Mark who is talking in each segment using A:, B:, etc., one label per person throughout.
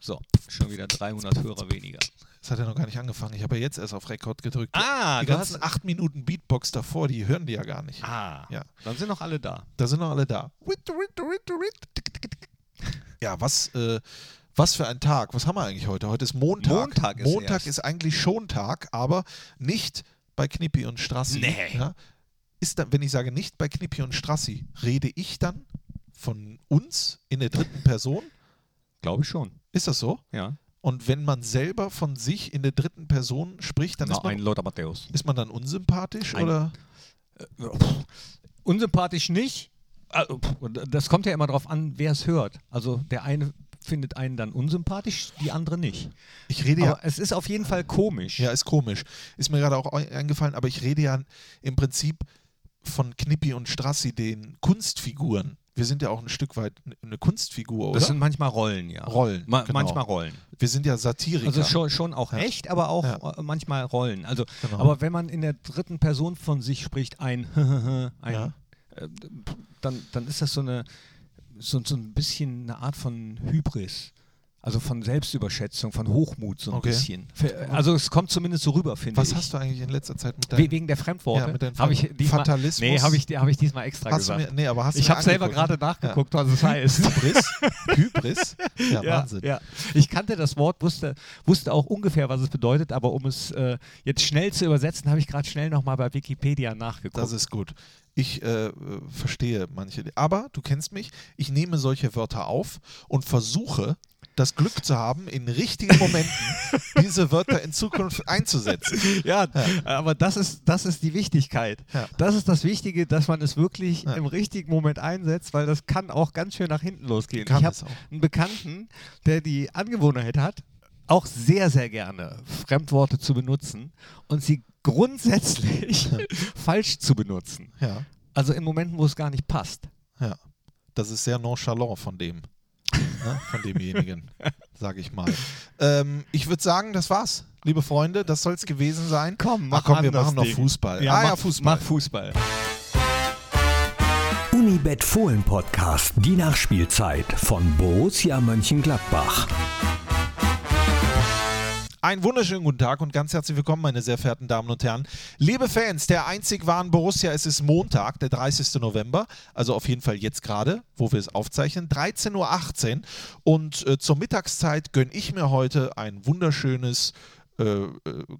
A: So, schon wieder 300 Hörer weniger.
B: Das hat ja noch gar nicht angefangen. Ich habe ja jetzt erst auf Rekord gedrückt.
A: Ah,
B: die
A: du hast.
B: ganzen acht Minuten Beatbox davor, die hören die ja gar nicht.
A: Ah,
B: Ja.
A: dann sind noch alle da.
B: Da sind noch alle da. Witt, witt, witt, witt. Ja, was, äh, was für ein Tag. Was haben wir eigentlich heute? Heute ist Montag.
A: Montag ist erst.
B: Montag ist eigentlich schon Tag, aber nicht bei Knippi und Strassi.
A: Nee.
B: Ja? Ist dann, wenn ich sage nicht bei Knippi und Strassi, rede ich dann von uns in der dritten Person?
A: Glaube ich schon.
B: Ist das so?
A: Ja.
B: Und wenn man selber von sich in der dritten Person spricht, dann
A: Na,
B: ist man,
A: Lothar Matthäus.
B: ist man dann unsympathisch
A: Ein-
B: oder?
A: Äh, Pff, unsympathisch nicht. Also, pff, Das kommt ja immer darauf an, wer es hört. Also der eine findet einen dann unsympathisch, die andere nicht.
B: Ich rede ja
A: Aber es ist auf jeden Fall komisch.
B: Ja, ist komisch. Ist mir gerade auch ein- eingefallen, aber ich rede ja im Prinzip von Knippi und Strassi, den Kunstfiguren. Wir sind ja auch ein Stück weit eine Kunstfigur, oder?
A: Das sind manchmal Rollen, ja.
B: Rollen,
A: Ma
B: genau.
A: Manchmal Rollen.
B: Wir sind ja Satiriker.
A: Also schon, schon auch
B: Ja.
A: echt, aber auch
B: Ja.
A: äh, manchmal Rollen. Also,
B: Genau.
A: aber wenn man in der dritten Person von sich spricht, ein, ein
B: Ja.
A: äh, dann, dann ist das so eine so, so ein bisschen eine Art von Hybris. Also von Selbstüberschätzung, von Hochmut so ein
B: Okay.
A: bisschen. Fe- Also es kommt zumindest so rüber, finde ich.
B: Was hast du eigentlich in letzter Zeit mit
A: We
B: deinem
A: wegen der Fremdworte?
B: Ja, mit deinen
A: Hab ich
B: Fremd-
A: diesmal,
B: Fatalismus?
A: Nee, habe ich, hab ich diesmal extra
B: hast du
A: gesagt.
B: mir, nee, aber hast du
A: ich
B: mir
A: habe selber
B: angeguckt,
A: gerade
B: ne?
A: nachgeguckt, was es heißt.
B: Ja. Hybris? Hybris? Ja,
A: Ja,
B: Wahnsinn.
A: ja. Ich kannte das Wort, wusste, wusste auch ungefähr, was es bedeutet, aber um es äh, jetzt schnell zu übersetzen, habe ich gerade schnell nochmal bei Wikipedia nachgeguckt.
B: Das ist gut. Ich äh, äh, verstehe manche. Aber du kennst mich, ich nehme solche Wörter auf und versuche, das Glück zu haben, in richtigen Momenten diese Wörter in Zukunft einzusetzen.
A: ja, aber das ist, das ist die Wichtigkeit.
B: Ja.
A: Das ist das Wichtige, dass man es wirklich
B: Ja.
A: im richtigen Moment einsetzt, weil das kann auch ganz schön nach hinten losgehen.
B: Kann
A: ich habe
B: es auch.
A: einen Bekannten, der die Angewohnheit hat, auch sehr, sehr gerne Fremdworte zu benutzen und sie grundsätzlich falsch zu benutzen.
B: Ja,
A: Also in Momenten, wo es gar nicht passt.
B: ja. Das ist sehr nonchalant von dem. Ne? Von demjenigen, sage ich mal. Ähm, ich würde sagen, das war's, liebe Freunde. Das soll's gewesen sein.
A: Komm,
B: Ach
A: mach
B: komm, wir
A: anders
B: machen noch
A: Ding.
B: Fußball.
A: Ja,
B: ah
A: mach,
B: ja, Fußball.
A: Mach Fußball.
C: Unibet Fohlen Podcast, die Nachspielzeit von Borussia Mönchengladbach.
B: Einen wunderschönen guten Tag und ganz herzlich willkommen, meine sehr verehrten Damen und Herren. Liebe Fans der einzig wahren Borussia, es ist Montag, der 30. November, also auf jeden Fall jetzt gerade, wo wir es aufzeichnen, 13.18 Uhr. Und äh, zur Mittagszeit gönne ich mir heute ein wunderschönes äh, äh,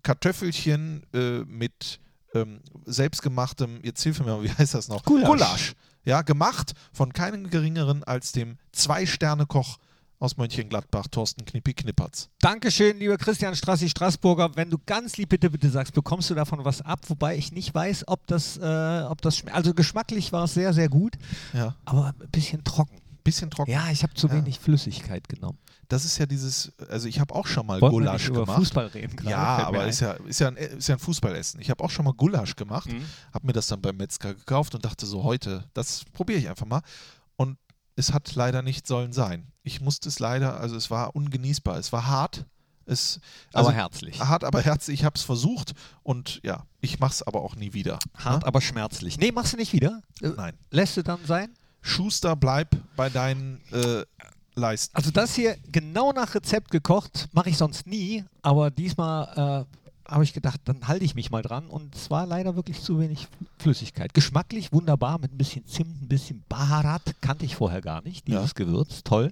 B: Kartoffelchen äh, mit ähm, selbstgemachtem, jetzt hilf mir mal, wie heißt das noch?
A: Gulasch.
B: Gulasch. Ja, gemacht von keinem geringeren als dem Zwei-Sterne-Koch aus Mönchengladbach, Thorsten Knippi-Knippertz.
A: Dankeschön, lieber Christian Strassi Straßburger. Wenn du ganz lieb bitte, bitte sagst, bekommst du davon was ab, wobei ich nicht weiß, ob das, äh, ob das schme- also geschmacklich war es sehr, sehr gut,
B: Ja.
A: aber ein bisschen trocken.
B: Bisschen trocken.
A: Ja, ich habe zu
B: Ja.
A: wenig Flüssigkeit genommen.
B: Das ist ja dieses, also ich habe auch schon mal
A: Wollten wir
B: Gulasch
A: nicht über
B: gemacht.
A: Fußball reden gerade,
B: ja,
A: fällt mir
B: aber
A: ein.
B: ist ja, ist, ja ein, ist ja ein Fußballessen. Ich habe auch schon mal Gulasch gemacht,
A: Mhm.
B: habe mir das dann beim Metzger gekauft und dachte so, heute, das probiere ich einfach mal. Und es hat leider nicht sollen sein. Ich musste es leider, also es war ungenießbar. Es war hart, es, also
A: aber herzlich.
B: hart, aber herzlich. Ich habe es versucht und ja, ich mache es aber auch nie wieder.
A: Hart, aber schmerzlich. Nee, machst du nicht wieder? Äh,
B: Nein.
A: Lässt du dann sein?
B: Schuster, bleib bei deinen äh, Leisten.
A: Also das hier genau nach Rezept gekocht, mache ich sonst nie, aber diesmal äh, habe ich gedacht, dann halte ich mich mal dran und es war leider wirklich zu wenig Flüssigkeit. Geschmacklich wunderbar mit ein bisschen Zimt, ein bisschen Baharat, kannte ich vorher gar nicht, dieses
B: Ja.
A: Gewürz, toll.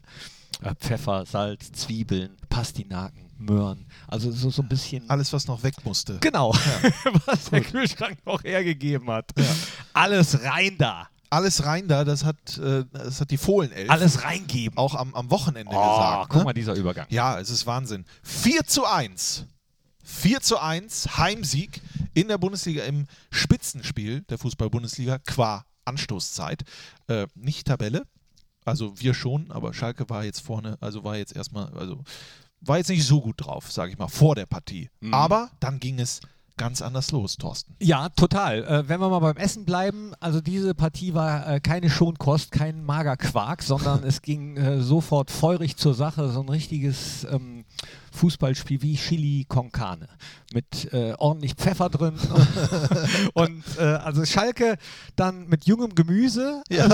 A: Äh, Pfeffer, Salz, Zwiebeln, Pastinaken, Möhren, also so, so ein bisschen
B: Alles, was noch weg musste.
A: Genau, was der Kühlschrank noch hergegeben hat. Alles rein da,
B: Alles rein da, das hat, äh, das hat die Fohlenelf
A: alles reingeben.
B: auch am, am Wochenende
A: Oh,
B: gesagt.
A: guck
B: ne?
A: mal, dieser Übergang.
B: Ja, es ist Wahnsinn. 4 zu 1. 4 zu 1 Heimsieg in der Bundesliga im Spitzenspiel der Fußball-Bundesliga qua Anstoßzeit. Äh, nicht Tabelle, also wir schon, aber Schalke war jetzt vorne, also war jetzt erstmal, also war jetzt nicht so gut drauf, sage ich mal, vor der Partie. Aber dann ging es ganz anders los, Thorsten.
A: Ja, total. Äh, wenn wir mal beim Essen bleiben, also diese Partie war äh, keine Schonkost, kein mager Quark, sondern es ging äh, sofort feurig zur Sache, so ein richtiges ähm, Fußballspiel wie Chili con Carne mit äh, ordentlich Pfeffer drin und äh, also Schalke dann mit jungem Gemüse. äh,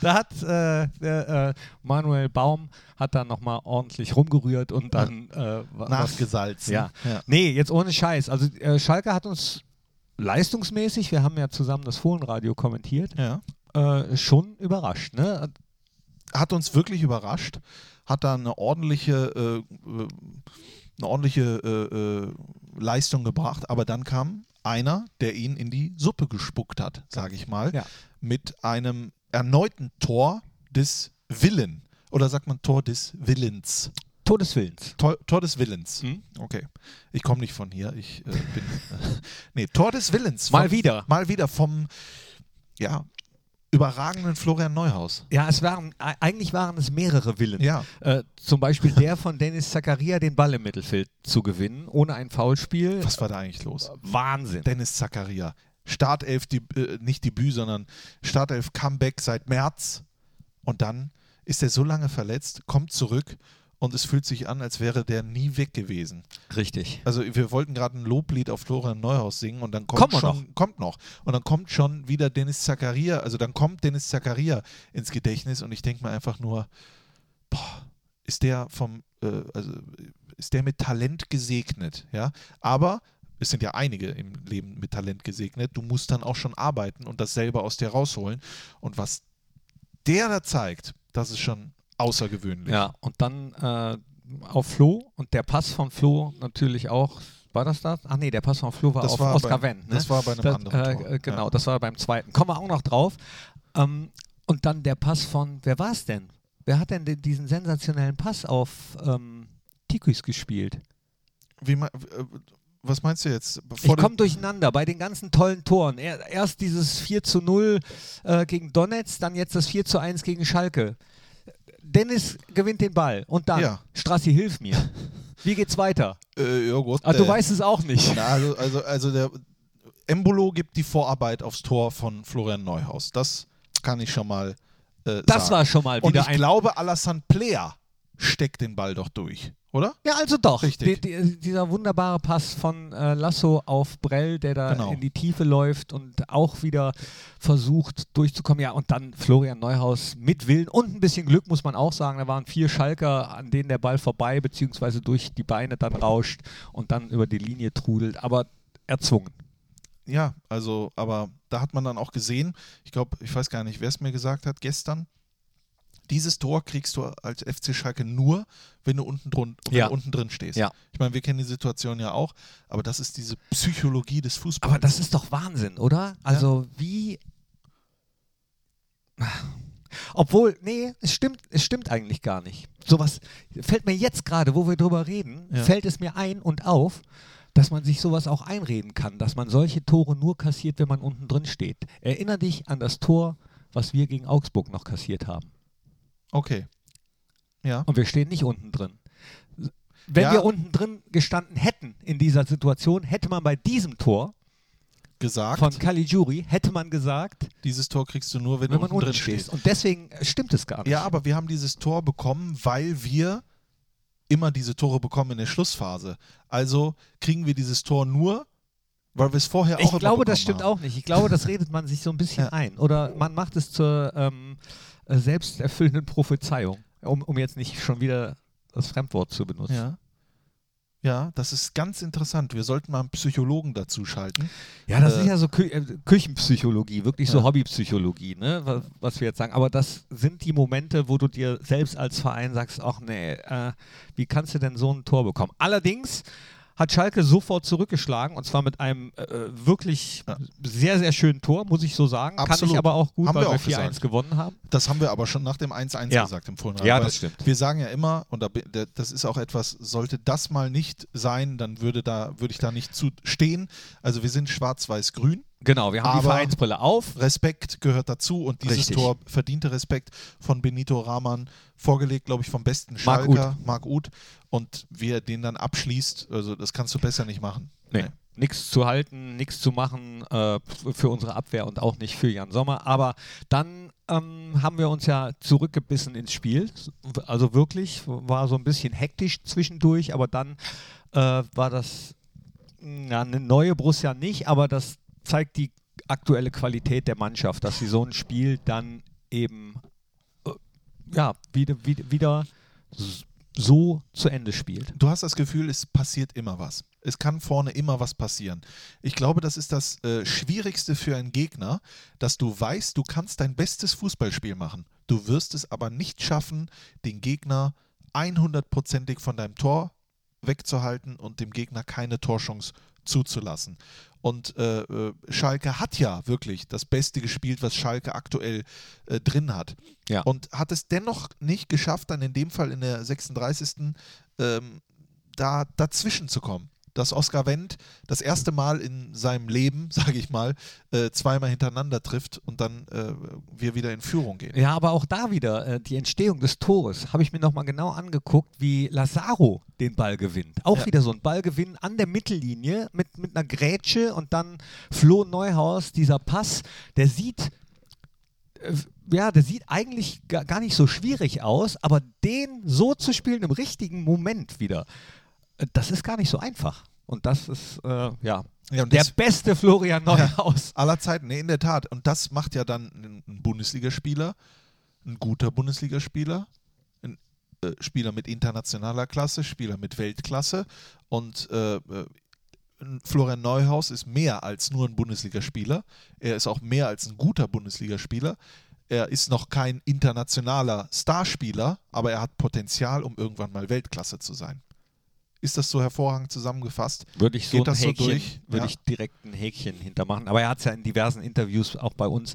A: da hat äh, der, äh, Manuel Baum hat dann nochmal ordentlich rumgerührt und dann äh, wa- was-
B: Nachgesalzen.
A: ja. Nee, jetzt ohne Scheiß. Also äh, Schalke hat uns leistungsmäßig, wir haben ja zusammen das Fohlenradio kommentiert,
B: ja.
A: äh, schon überrascht. Ne?
B: hat uns wirklich überrascht, hat da eine ordentliche, äh, äh, eine ordentliche äh, äh, Leistung gebracht, aber dann kam einer, der ihn in die Suppe gespuckt hat, sage ich mal,
A: Ja.
B: mit einem erneuten Tor des Willen. Oder sagt man Tor des Willens?
A: Todeswillens.
B: Tor, Tor des Willens.
A: Mhm.
B: Okay. Ich komme nicht von hier. Ich äh, bin. Äh, nee, Tor des Willens.
A: Mal
B: Vom-
A: wieder.
B: Mal wieder vom, ja, überragenden Florian Neuhaus.
A: Ja, es waren, e- eigentlich waren es mehrere Willen.
B: Ja.
A: Äh, zum Beispiel der von Dennis Zakaria, den Ball im Mittelfeld zu gewinnen, ohne ein Foulspiel.
B: Was war da eigentlich los?
A: Wahnsinn.
B: Dennis Zakaria. Startelf, die, äh, nicht Debüt, sondern Startelf Comeback seit März. Und dann ist er so lange verletzt, kommt zurück und es fühlt sich an, als wäre der nie weg gewesen.
A: Richtig.
B: Also wir wollten gerade ein Loblied auf Florian Neuhaus singen und dann kommt
A: Kommen wir
B: schon kommt noch und dann kommt schon wieder Dennis Zakaria, also dann kommt Dennis Zakaria ins Gedächtnis und ich denke mir einfach nur, boah, ist der vom äh, also ist der mit Talent gesegnet, ja? Aber es sind ja einige im Leben mit Talent gesegnet. Du musst dann auch schon arbeiten und das selber aus dir rausholen und was der da zeigt, das ist schon außergewöhnlich.
A: Ja, und dann äh, auf Flo und der Pass von Flo natürlich auch. War das das? Ach nee, der Pass von Flo war
B: Das
A: auf
B: war
A: Oscar
B: bei-
A: Wendt. Ne?
B: das war bei einem
A: Das,
B: anderen
A: äh,
B: Tor.
A: äh, Genau,
B: Ja.
A: das war beim zweiten. Kommen wir auch noch drauf. Ähm, und dann der Pass von, wer war es denn? Wer hat denn den- diesen sensationellen Pass auf ähm, Tikus gespielt?
B: Wie, ma- äh, was meinst du jetzt? Vor
A: ich
B: dem-
A: komme durcheinander bei den ganzen tollen Toren. Er- Erst dieses 4 zu 0 äh, gegen Donetsk, dann jetzt das 4 zu 1 gegen Schalke. Dennis gewinnt den Ball und dann,
B: Ja.
A: Strassi, hilf mir. Wie geht's weiter?
B: Äh, ja gut.
A: Ah, du
B: äh,
A: weißt es auch nicht.
B: Na, also, also, also der Embolo gibt die Vorarbeit aufs Tor von Florian Neuhaus. Das kann ich schon mal äh,
A: Das
B: sagen.
A: war schon mal
B: Und
A: wieder
B: ich
A: ein.
B: glaube, Alassane Player steckt den Ball doch durch, oder?
A: Ja, also doch.
B: Richtig.
A: Die, die, dieser wunderbare Pass von äh, Lasso auf Brell, der da
B: Genau.
A: in die Tiefe läuft und auch wieder versucht durchzukommen. Ja, und dann Florian Neuhaus mit Willen und ein bisschen Glück, muss man auch sagen. Da waren vier Schalker, an denen der Ball vorbei bzw. durch die Beine dann rauscht und dann über die Linie trudelt, aber erzwungen.
B: Ja, also, aber da hat man dann auch gesehen, ich glaube, ich weiß gar nicht, wer es mir gesagt hat, gestern, dieses Tor kriegst du als FC Schalke nur, wenn du unten, drun wenn
A: Ja.
B: du unten drin stehst.
A: Ja.
B: Ich meine, wir kennen die Situation ja auch, aber das ist diese Psychologie des Fußballs.
A: Aber das ist doch Wahnsinn, oder? Also wie. Obwohl, nee, es stimmt, es stimmt eigentlich gar nicht. Sowas fällt mir jetzt gerade, wo wir drüber reden,
B: Ja.
A: fällt es mir ein und auf, dass man sich sowas auch einreden kann, dass man solche Tore nur kassiert, wenn man unten drin steht. Erinner dich an das Tor, was wir gegen Augsburg noch kassiert haben.
B: okay. Ja.
A: Und wir stehen nicht unten drin. Wenn
B: Ja.
A: wir unten drin gestanden hätten in dieser Situation, hätte man bei diesem Tor
B: Gesagt.
A: von Caligiuri, hätte man gesagt,
B: Dieses Tor kriegst du nur, wenn,
A: wenn
B: du
A: man
B: unten,
A: unten
B: drin stehst.
A: steht. Und deswegen äh, stimmt es gar nicht.
B: Ja, aber wir haben dieses Tor bekommen, weil wir immer diese Tore bekommen in der Schlussphase. Also kriegen wir dieses Tor nur, weil wir es vorher auch
A: ich
B: immer
A: glaube, das
B: bekommen
A: stimmt
B: haben.
A: auch nicht. Ich glaube, das redet man sich so ein bisschen
B: Ja.
A: ein. Oder man macht es zur ähm, äh, selbsterfüllenden Prophezeiung, um, um jetzt nicht schon wieder das Fremdwort zu benutzen.
B: Ja. ja, das ist ganz interessant. Wir sollten mal einen Psychologen dazu schalten.
A: Ja, das
B: Äh,
A: ist ja so Kü äh, Küchenpsychologie, wirklich so
B: Ja.
A: Hobbypsychologie, ne? was, was wir jetzt sagen. Aber das sind die Momente, wo du dir selbst als Verein sagst, ach nee, äh, wie kannst du denn so ein Tor bekommen? Allerdings hat Schalke sofort zurückgeschlagen und zwar mit einem äh, wirklich
B: Ja.
A: sehr, sehr schönen Tor, muss ich so sagen. Kann
B: Absolut.
A: ich aber auch gut,
B: Haben
A: weil
B: wir
A: wir
B: auch gesagt.
A: 4-1 gewonnen haben.
B: Das haben wir aber schon nach dem 1-1
A: Ja.
B: gesagt im Vorhinein.
A: Ja,
B: Aber
A: das stimmt.
B: Wir sagen ja immer, und da, bi- da- das ist auch etwas, sollte das mal nicht sein, dann würde, da, würde ich da nicht zu stehen. Also wir sind schwarz-weiß-grün.
A: Genau, wir haben die
B: Aber-
A: Vereinsbrille auf.
B: Respekt gehört dazu und dieses
A: Richtig.
B: Tor verdiente Respekt von Benito Rahman, vorgelegt, glaube ich, vom besten
A: Marc
B: Schalker, Marc Uth. Und wie er den dann abschließt, also das kannst du besser nicht machen.
A: Nee. Nichts Ne, zu halten, nichts zu machen äh, f- für unsere Abwehr und auch nicht für Jan Sommer. Aber dann äh, ähm, haben wir uns ja zurückgebissen ins Spiel. Also wirklich, war so ein bisschen hektisch zwischendurch, aber dann äh, war das na, eine neue Borussia nicht, aber das zeigt die aktuelle Qualität der Mannschaft, dass sie so ein Spiel dann eben äh, ja, wieder, wieder, wieder so zu Ende spielt.
B: Du hast das Gefühl, es passiert immer was. Es kann vorne immer was passieren. Ich glaube, das ist das äh, Schwierigste für einen Gegner, dass du weißt, du kannst dein bestes Fußballspiel machen. Du wirst es aber nicht schaffen, den Gegner 100%ig von deinem Tor wegzuhalten und dem Gegner keine Torschance zuzulassen. Und äh, äh, Schalke hat ja wirklich das Beste gespielt, was Schalke aktuell äh, drin hat.
A: Ja.
B: Und hat es dennoch nicht geschafft, dann in dem Fall in der 36. Ähm, da dazwischen zu kommen. Dass Oskar Wendt das erste Mal in seinem Leben, sage ich mal, äh, zweimal hintereinander trifft und dann äh, wir wieder in Führung gehen.
A: Ja, aber auch da wieder, äh, die Entstehung des Tores, habe ich mir nochmal genau angeguckt, wie Lazaro den Ball gewinnt. Auch
B: Ja.
A: wieder so ein Ballgewinn an der Mittellinie mit, mit einer Grätsche und dann Flo Neuhaus, dieser Pass, der sieht, äh, ja, der sieht eigentlich ga- gar nicht so schwierig aus, aber den so zu spielen im richtigen Moment wieder, äh, das ist gar nicht so einfach. Und das ist, äh, ja,
B: Ja, und
A: der
B: des-
A: beste Florian Neuhaus.
B: Aller Zeiten, nee, in der Tat. Und das macht ja dann ein- ein Bundesligaspieler, ein guter Bundesligaspieler, ein äh, Spieler mit internationaler Klasse, Spieler mit Weltklasse. Und äh, äh, ein Florian Neuhaus ist mehr als nur ein Bundesligaspieler. Er ist auch mehr als ein guter Bundesligaspieler. Er ist noch kein internationaler Starspieler, aber er hat Potenzial, um irgendwann mal Weltklasse zu sein. Ist das so hervorragend zusammengefasst?
A: Würde ich so
B: Geht
A: ein
B: das so
A: Häkchen,
B: durch?
A: würde
B: Ja.
A: ich direkt ein Häkchen hintermachen. Aber er hat es ja in diversen Interviews auch bei uns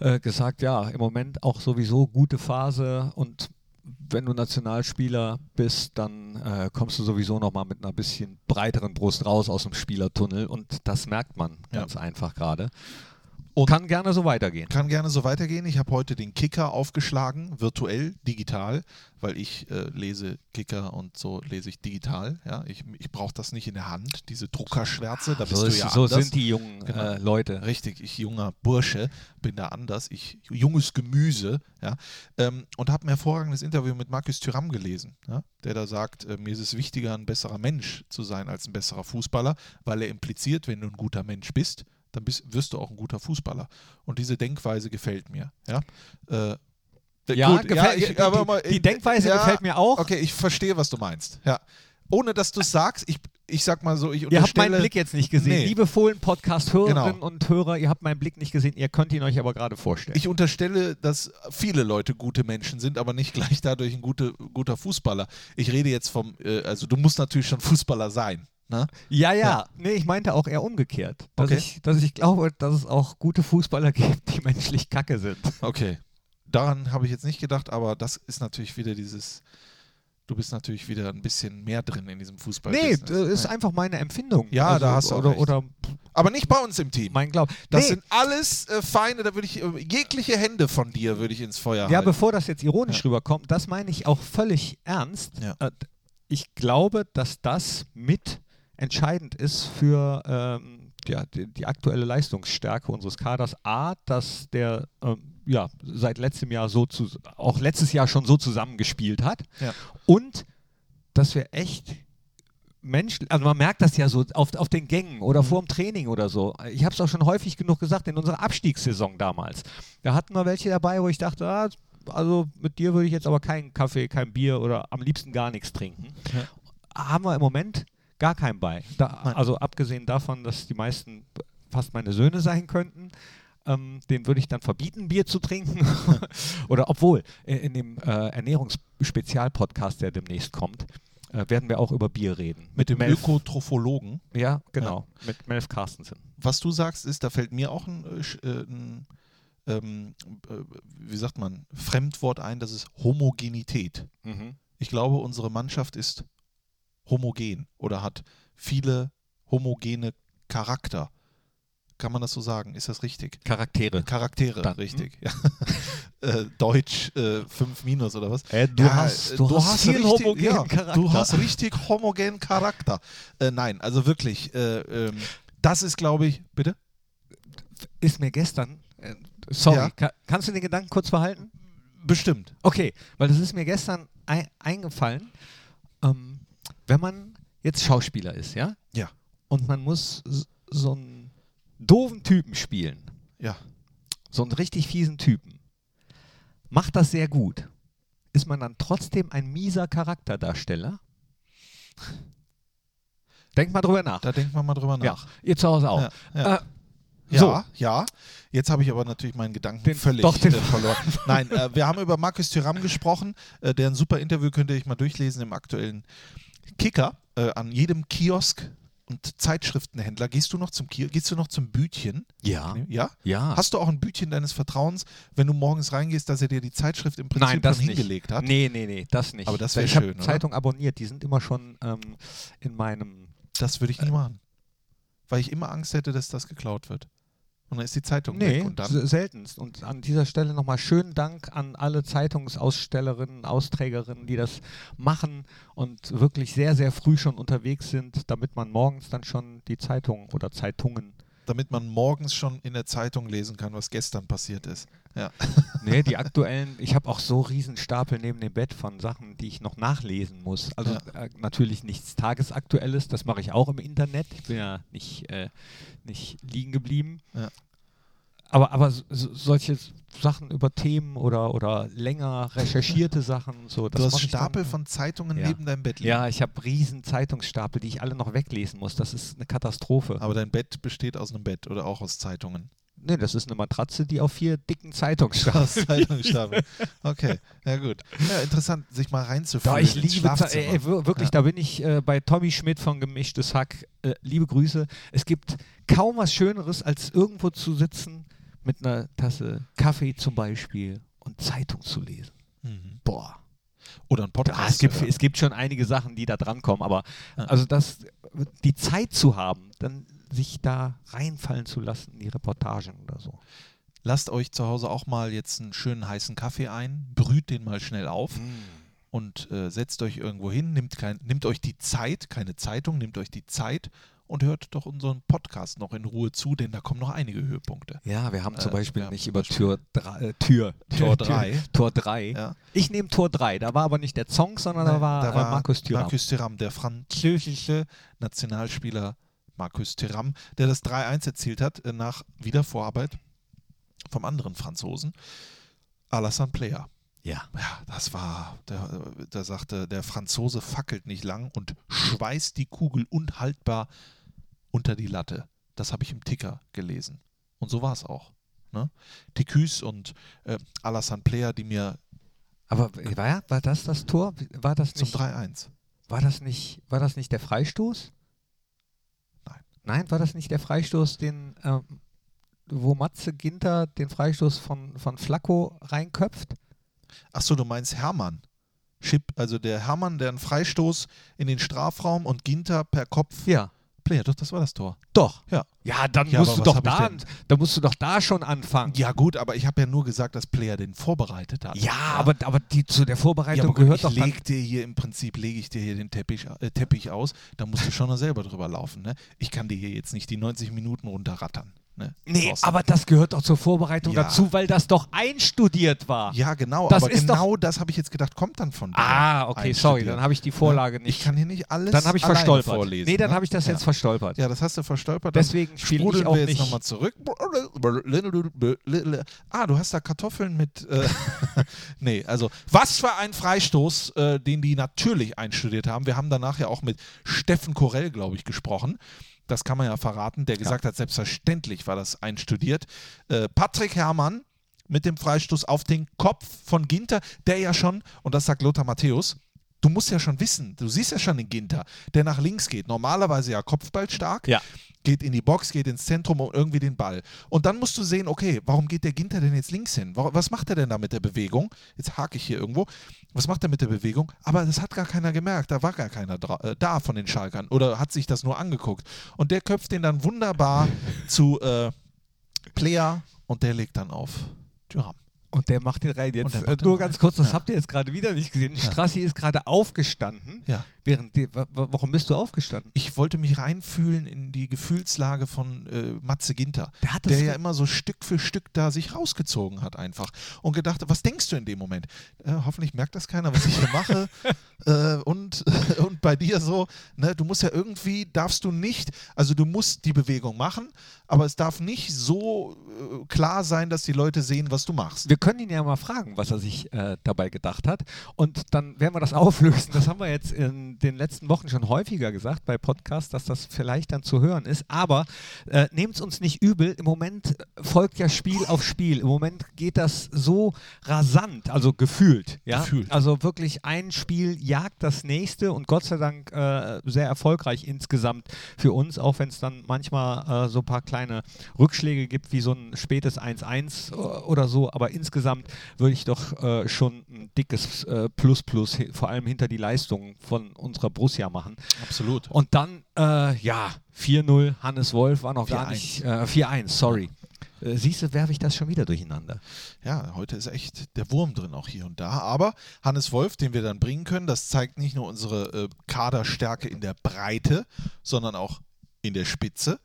A: äh, gesagt, ja, im Moment auch sowieso gute Phase und wenn du Nationalspieler bist, dann äh, kommst du sowieso nochmal mit einer bisschen breiteren Brust raus aus dem Spielertunnel und das merkt man
B: Ja.
A: ganz einfach gerade.
B: Und-
A: Kann gerne so weitergehen.
B: Kann gerne so weitergehen. Ich habe heute den Kicker aufgeschlagen, virtuell, digital, weil ich äh, lese Kicker und so lese ich digital. Ja, ich ich brauche das nicht in der Hand, diese Druckerschwärze. Da bist
A: so
B: du
A: ist-
B: ja
A: so
B: anders.
A: sind die jungen
B: Genau.
A: äh, Leute.
B: Richtig, ich junger Bursche bin da anders, ich junges Gemüse, ja, ähm, und habe ein hervorragendes Interview mit Markus Thüram gelesen, ja, der da sagt, äh, mir ist es wichtiger, ein besserer Mensch zu sein als ein besserer Fußballer, weil er impliziert, wenn du ein guter Mensch bist, dann bist, wirst du auch ein guter Fußballer. Und diese Denkweise gefällt mir, ja. Äh,
A: Ja,
B: gut,
A: gefällt,
B: ich-
A: die,
B: aber
A: die,
B: mal-
A: die Denkweise
B: ja,
A: gefällt mir auch.
B: Okay, ich verstehe, was du meinst, ja. Ohne dass du es sagst, ich, ich sag mal so, ich
A: Ihr habt meinen
B: unterstelle-
A: Blick jetzt nicht gesehen.
B: Nee.
A: Liebe Fohlen-Podcast-Hörerinnen
B: Genau.
A: und Hörer, ihr habt meinen Blick nicht gesehen. Ihr könnt ihn euch aber gerade vorstellen.
B: Ich unterstelle, dass viele Leute gute Menschen sind, aber nicht gleich dadurch ein gute, guter Fußballer. Ich rede jetzt vom, äh, also du musst natürlich schon Fußballer sein. Ne?
A: ja, ja, Nee, ich meinte auch eher umgekehrt. Dass,
B: Okay.
A: ich, dass ich glaube, dass es auch gute Fußballer gibt, die menschlich kacke sind.
B: Okay. Daran habe ich jetzt nicht gedacht, aber das ist natürlich wieder dieses, du bist natürlich wieder ein bisschen mehr drin in diesem Fußball.
A: nee,
B: äh,
A: das ist einfach meine Empfindung.
B: Ja, da hast du Also auch
A: oder,
B: recht.
A: oder
B: aber nicht bei uns im Team.
A: mein Glaube.
B: Das
A: nee,
B: sind alles äh, Feinde, da würde ich, äh, jegliche Hände von dir würde ich ins Feuer
A: ja,
B: halten.
A: bevor das jetzt ironisch
B: Ja.
A: rüberkommt, das meine ich auch völlig ernst.
B: Ja.
A: Äh, Ich glaube, dass das mit entscheidend ist für ähm, ja, die, die aktuelle Leistungsstärke unseres Kaders. A, dass der ähm, ja, seit letztem Jahr so zu, auch letztes Jahr schon so zusammengespielt hat.
B: Ja.
A: Und dass wir echt Mensch, also man merkt das ja so auf, auf den Gängen oder vor dem Training oder so. Ich habe es auch schon häufig genug gesagt, in unserer Abstiegssaison damals. Da hatten wir welche dabei, wo ich dachte, ah, also mit dir würde ich jetzt aber keinen Kaffee, kein Bier oder am liebsten gar nichts trinken. Haben wir im Moment gar keinen bei. Da, also abgesehen davon, dass die meisten fast meine Söhne sein könnten. Ähm, den würde ich dann verbieten, Bier zu trinken. Oder obwohl, äh, in dem äh, Ernährungsspezialpodcast, der demnächst kommt, äh, werden wir auch über Bier reden.
B: Mit dem
A: Melf,
B: Ökotrophologen.
A: Ja, genau. Mit Melf Carstensen.
B: was du sagst, ist, da fällt mir auch ein, äh, sch- äh, ein ähm, äh, wie sagt man, Fremdwort ein, das ist Homogenität.
A: Mhm.
B: Ich glaube, unsere Mannschaft ist homogen oder hat viele homogene Charakter. Kann man das so sagen? Ist das richtig?
A: Charaktere.
B: Charaktere,
A: Äh, Dann-
B: richtig. Ja. äh, Deutsch äh, 5 minus oder was?
A: Äh, du
B: Ja,
A: hast,
B: äh,
A: du hast, viel
B: richtig-
A: homogenen
B: ja,
A: Charakter.
B: Du hast richtig homogenen Charakter. Äh, nein, also wirklich, äh, ähm, das ist, glaube ich, bitte?
A: ist mir gestern, äh, Sorry,
B: Ja.
A: ka- kannst du den Gedanken kurz behalten?
B: Bestimmt.
A: Okay, weil das ist mir gestern ei- eingefallen. Ähm, wenn man jetzt Schauspieler ist, ja,
B: Ja.
A: und man muss s- so einen doofen Typen spielen,
B: Ja.
A: so einen richtig fiesen Typen, macht das sehr gut. Ist man dann trotzdem ein mieser Charakterdarsteller? Denkt mal drüber nach.
B: Da denkt man mal drüber
A: Ja,
B: nach.
A: ihr zu Hause auch.
B: Ja, ja.
A: Äh,
B: Ja,
A: so.
B: ja. Jetzt habe ich aber natürlich meinen Gedanken
A: Den-
B: völlig
A: doch, den-
B: äh, verloren. Nein, äh, wir haben über Markus Thüram gesprochen. Äh, deren super Interview könnt ihr euch mal durchlesen im aktuellen Kicker. Äh, an jedem Kiosk und Zeitschriftenhändler. Gehst du noch zum Kiosk? Gehst du noch zum Bütchen?
A: Ja,
B: Ja?
A: ja.
B: Hast du auch ein Bütchen deines Vertrauens, wenn du morgens reingehst, dass er dir die Zeitschrift im Prinzip
A: Nein, das
B: schon
A: nicht.
B: hingelegt hat?
A: Nee, nee, nee, das nicht.
B: Aber das wär
A: ich
B: schön,
A: Ich
B: oder?
A: habe Zeitung abonniert, die sind immer schon ähm, in meinem.
B: Das würde ich
A: Äh.
B: nie machen. Weil ich immer Angst hätte, dass das geklaut wird. Und dann ist die Zeitung
A: Nee,
B: weg. Und dann,
A: se- seltenst. Und an dieser Stelle nochmal schönen Dank an alle Zeitungsausstellerinnen, Austrägerinnen, die das machen und wirklich sehr, sehr früh schon unterwegs sind, damit man morgens dann schon die Zeitung oder Zeitungen.
B: damit man morgens schon in der Zeitung lesen kann, was gestern passiert ist. Ja.
A: Nee, die aktuellen. Ich habe auch so riesen Stapel neben dem Bett von Sachen, die ich noch nachlesen muss. Also äh, natürlich nichts Tagesaktuelles, das mache ich auch im Internet. Ich bin ja nicht, äh, nicht liegen geblieben.
B: Ja.
A: Aber, aber so, so- solche Sachen über Themen oder, oder länger recherchierte Sachen und so. Das
B: Du hast
A: mache ich dann-
B: Stapel von Zeitungen
A: Ja.
B: neben deinem Bett liegen.
A: Ja, ich habe riesen Zeitungsstapel, die ich alle noch weglesen muss. Das ist eine Katastrophe.
B: Aber dein Bett besteht aus einem Bett oder auch aus Zeitungen.
A: Nee, das ist eine Matratze, die auf vier dicken
B: Aus
A: Zeitungsstapeln.
B: Zeitungsstapel. Okay, ja gut. Ja, interessant, sich mal reinzufühlen.
A: Da ich
B: ins
A: liebe Ze-
B: Schlafzimmer.
A: ey, ey, wir- wirklich,
B: Ja.
A: da bin ich äh, bei Tommy Schmidt von Gemischtes Hack. Äh, liebe Grüße. Es gibt kaum was Schöneres, als irgendwo zu sitzen mit einer Tasse Kaffee zum Beispiel und Zeitung zu lesen.
B: Mhm.
A: Boah.
B: Oder ein Podcast.
A: Ja, es, gibt,
B: zu hören.
A: es gibt schon einige Sachen, die da drankommen, aber
B: äh, Ja.
A: also das, die Zeit zu haben, dann sich da reinfallen zu lassen in die Reportagen oder so.
B: Lasst euch zu Hause auch mal jetzt einen schönen heißen Kaffee ein, brüht den mal schnell auf und äh, setzt euch irgendwo hin, nehmt, kein, nehmt euch die Zeit, keine Zeitung, nehmt euch die Zeit und hört doch unseren Podcast noch in Ruhe zu, denn da kommen noch einige Höhepunkte.
A: Ja, wir haben
B: zum
A: zum
B: Äh,
A: Beispiel
B: Beispiel ja,
A: nicht
B: nicht
A: über
B: über
A: Tür, äh, Tür,
B: Tor drei.
A: Tor 3.
B: Ja.
A: Ich nehme Tor 3. Da war aber nicht der Song, sondern da
B: Nein,
A: war, äh, Markus Thüram.
B: Ne, Markus Thuram, der französische Nationalspieler Markus Thuram, der das 3-1 erzielt hat äh, nach Wiedervorarbeit vom anderen Franzosen, Alassane Player.
A: ja.
B: Ja, das war, der, der sagte, der Franzose fackelt nicht lang und schweißt die Kugel unhaltbar unter die Latte. Das habe ich im Ticker gelesen. Und so war es auch. Ne? Ticus und äh, Alassane Player, die mir
A: Aber war, ja- war das das Tor? War das
B: zum
A: nicht,
B: 3-1.
A: war das nicht, war das nicht der Freistoß?
B: Nein.
A: Nein, war das nicht der Freistoß, den, ähm, wo Matze Ginter den Freistoß von, von Flacco reinköpft?
B: Achso, du meinst Hermann. Chip, also der Hermann, der einen Freistoß in den Strafraum und Ginter per Kopf.
A: Ja.
B: Player, doch, das war das Tor.
A: Doch.
B: Ja.
A: Ja, dann
B: Ja,
A: musst
B: aber
A: du
B: was
A: doch
B: hab ich
A: da,
B: denn?
A: da musst du doch da schon anfangen.
B: Ja, gut, aber ich habe ja nur gesagt, dass Player den vorbereitet hat.
A: Ja, aber, aber die, zu der
B: Ja,
A: Vorbereitung
B: aber
A: gehört
B: gehört
A: doch
B: ich
A: dann
B: leg dir hier im Prinzip lege ich dir hier den Teppich, äh, Teppich aus, da musst du schon noch selber drüber laufen. Ne? Ich kann dir hier jetzt nicht die 90 Minuten runterrattern. Ne?
A: Nee,
B: Thorsten.
A: aber das gehört doch zur Vorbereitung
B: Ja.
A: dazu, weil das doch einstudiert war.
B: ja, genau,
A: Das
B: aber
A: ist doch-
B: genau das habe ich jetzt gedacht, kommt dann von dir.
A: Ah, okay, sorry, dann habe ich die Vorlage
B: Ich
A: nicht.
B: kann hier nicht alles
A: Dann habe ich
B: alleine
A: verstolpert.
B: vorlesen.
A: nee, dann
B: ne?
A: habe ich das
B: ja.
A: jetzt verstolpert.
B: Ja, das hast du verstolpert. Dann
A: Deswegen spiele ich
B: Sprudeln
A: auch
B: wir jetzt
A: nicht.
B: nochmal zurück. Ah, du hast da Kartoffeln mit. Äh, nee, also, was für ein Freistoß, äh, den die natürlich einstudiert haben. Wir haben danach ja auch mit Steffen Korell, glaube ich, gesprochen. Das kann man ja verraten, der gesagt hat, selbstverständlich war das einstudiert. Äh, Patrick Herrmann mit dem Freistoß auf den Kopf von Ginter, der ja schon, und das sagt Lothar Matthäus, du musst ja schon wissen, du siehst ja schon den Ginter, der nach links geht. Normalerweise ja Kopfball stark
A: Ja.
B: geht in die Box, geht ins Zentrum und irgendwie den Ball. Und dann musst du sehen, okay, warum geht der Ginter denn jetzt links hin? Wa- Was macht er denn da mit der Bewegung? Jetzt hake ich hier irgendwo. Was macht er mit der Bewegung? Aber das hat gar keiner gemerkt. Da war gar keiner dra- äh, da von den Schalkern oder hat sich das nur angeguckt. Und der köpft den dann wunderbar zu äh, Player und der legt dann auf Thuram.
A: Und der macht den rein.
B: Und
A: Jetzt
B: der macht
A: äh,
B: den
A: nur
B: rein.
A: ganz kurz, das habt ihr jetzt gerade wieder nicht gesehen. Strassi ist gerade aufgestanden.
B: Ja.
A: Während die, wa- wa- warum bist du aufgestanden?
B: Ich wollte mich reinfühlen in die Gefühlslage von äh, Matze Ginter,
A: Der hat das
B: der
A: ge-
B: ja immer so Stück für Stück da sich rausgezogen hat einfach und gedacht, hat, was denkst du in dem Moment? Äh, hoffentlich merkt das keiner, was ich hier mache. Äh, und, und bei dir so, ne, du musst ja irgendwie, darfst du nicht, also du musst die Bewegung machen, aber es darf nicht so äh, klar sein, dass die Leute sehen, was du machst.
A: Wir können ihn ja mal fragen, was er sich äh, dabei gedacht hat. Und dann werden wir das auflösen. Das haben wir jetzt in den letzten Wochen schon häufiger gesagt bei Podcasts, dass das vielleicht dann zu hören ist. Aber äh, nehmt es uns nicht übel. Im Moment äh, folgt ja Spiel auf Spiel. Im Moment geht das so rasant, also gefühlt. Ja?
B: Gefühlt.
A: Also wirklich ein Spiel jagt das nächste und Gott sei Dank äh, sehr erfolgreich insgesamt für uns, auch wenn es dann manchmal äh, so ein paar kleine Rückschläge gibt, wie so ein spätes 1-1 oder so. Aber insgesamt würde ich doch äh, schon ein dickes äh, Plus-Plus, hi- vor allem hinter die Leistung von unserer Borussia machen.
B: Absolut.
A: Und dann, äh, ja, 4-0, Hannes Wolf war noch gar
B: 4-1.
A: nicht. Äh, 4-1, sorry. Äh, siehst du, werfe ich das schon wieder durcheinander.
B: Ja, heute ist echt der Wurm drin, auch hier und da. Aber Hannes Wolf, den wir dann bringen können, das zeigt nicht nur unsere äh, Kaderstärke in der Breite, sondern auch in der Spitze.